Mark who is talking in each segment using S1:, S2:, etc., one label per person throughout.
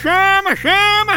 S1: chama, chama!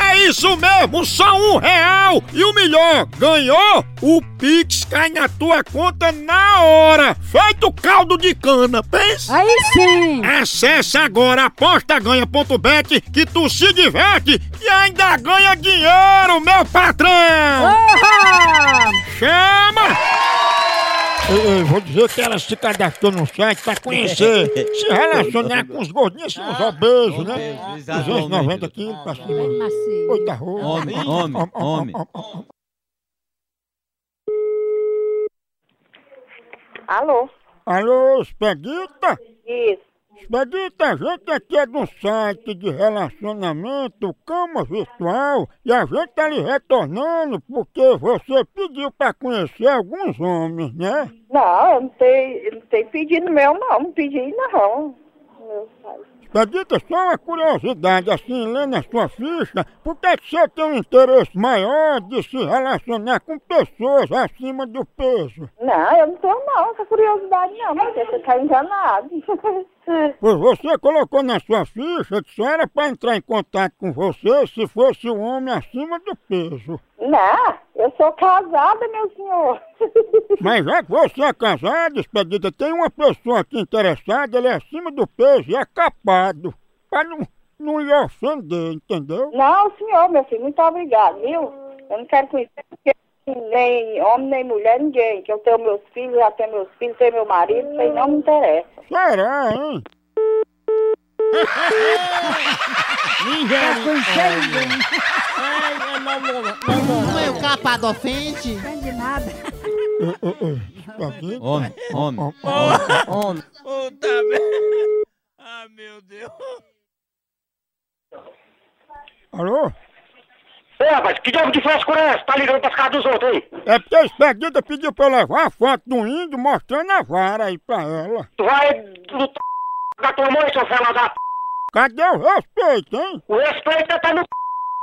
S1: É isso mesmo, só um real! E o melhor, ganhou? O Pix cai na tua conta na hora! Feito caldo de cana, pensa!
S2: Aí sim!
S1: Acesse agora apostaganha.bet que tu se diverte e ainda ganha dinheiro, meu patrão!
S2: Oba!
S1: Chama! Eu, eu vou dizer que ela se cadastrou no site pra conhecer, se relacionar com os gordinhos, assim, os obesos, né?
S3: Obesos,
S1: Os 290 quilos pra cima. Oi, da rua.
S3: Homem, homem, homem.
S4: Alô?
S1: Alô, Expedita?
S4: Isso.
S1: Expedita, a gente aqui é do site de relacionamento Cama Virtual e a gente tá lhe retornando porque você pediu pra conhecer alguns homens, né?
S4: Não, eu não tem, eu não tem pedido meu, não. Não pedi, não. Meu pai.
S1: Expedita, só uma curiosidade, assim, lendo a sua ficha, por que que você tem um interesse maior de se relacionar com pessoas acima do peso?
S4: Não, eu não tenho, não. Essa curiosidade, não. Mas você tá enganado.
S1: Pois você colocou na sua ficha que só era pra entrar em contato com você se fosse um homem acima do peso.
S4: não, eu sou casada, meu senhor.
S1: Mas já que você é casado, Expedita, tem uma pessoa aqui interessada, ele é acima do peso e é capado. Pra não, não lhe ofender, entendeu?
S4: Não, senhor, meu filho, muito obrigado, viu? Eu não quero conhecer porque nem homem, nem mulher, ninguém. Que eu tenho meus filhos, já tenho meus filhos, tenho meu marido, isso aí não me interessa.
S1: Será, hein?
S5: Mãe, o capado ofende?
S2: De nada.
S1: Ô, ô, ô, Expedita,
S3: Homem, homem, homem.
S6: Puta merda. Ah, meu Deus.
S1: Alô?
S7: É, rapaz, que diabo de frescura é essa? Tá ligando pras casas dos outros aí?
S1: É porque a Expedita pediu pra eu levar a foto do índio mostrando a vara aí pra ela.
S7: Tu vai lutar da tua mãe, seu fela da p.
S1: Cadê o respeito, hein?
S7: O respeito é tá no p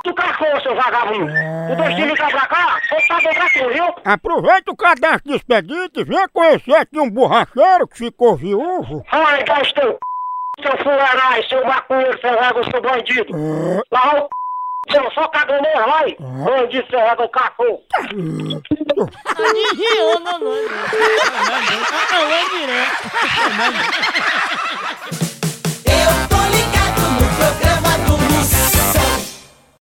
S7: do cachorro, seu vagabundo. O dois de ligar pra cá, você tá bem pra tu, viu?
S1: Aproveita o cadastro do Expedita e vem conhecer aqui um borracheiro que ficou viúvo.
S7: Vai dar os teu p, seu fulerais, seu maconheiro, seu régua, seu bandido. Lá o p, seu só caganeiro, vai. Bandido, seu régua, o cachorro.
S5: Não, não, não. Não, não, não.